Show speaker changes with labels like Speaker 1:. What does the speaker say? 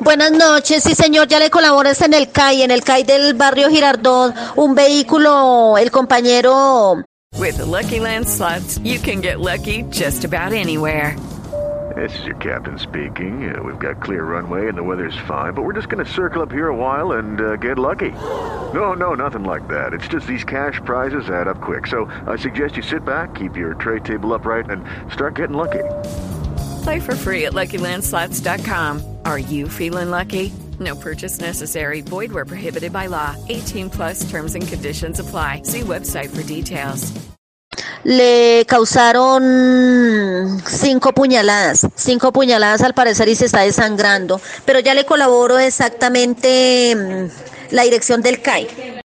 Speaker 1: Buenas noches, sí señor, ya le colaboras en el CAI, en el CAI del barrio Girardón, un vehículo, el compañero,
Speaker 2: With the Lucky Land slots, you can get lucky just about anywhere.
Speaker 3: This is your captain speaking. Uh, we've got clear runway and the weather's fine, but we're just going to circle up here a while and uh, get lucky. No, no, nothing like that. It's just these cash prizes add up quick. So I suggest you sit back, keep your tray table upright, and start getting lucky.
Speaker 2: Play for free at LuckyLandSlots.com. Are you feeling lucky? No purchase necessary. Void where prohibited by law. 18 plus terms and conditions apply. See website for details.
Speaker 1: le causaron cinco puñaladas, cinco puñaladas al parecer y se está desangrando, pero ya le colaboro exactamente mm, la dirección del CAI.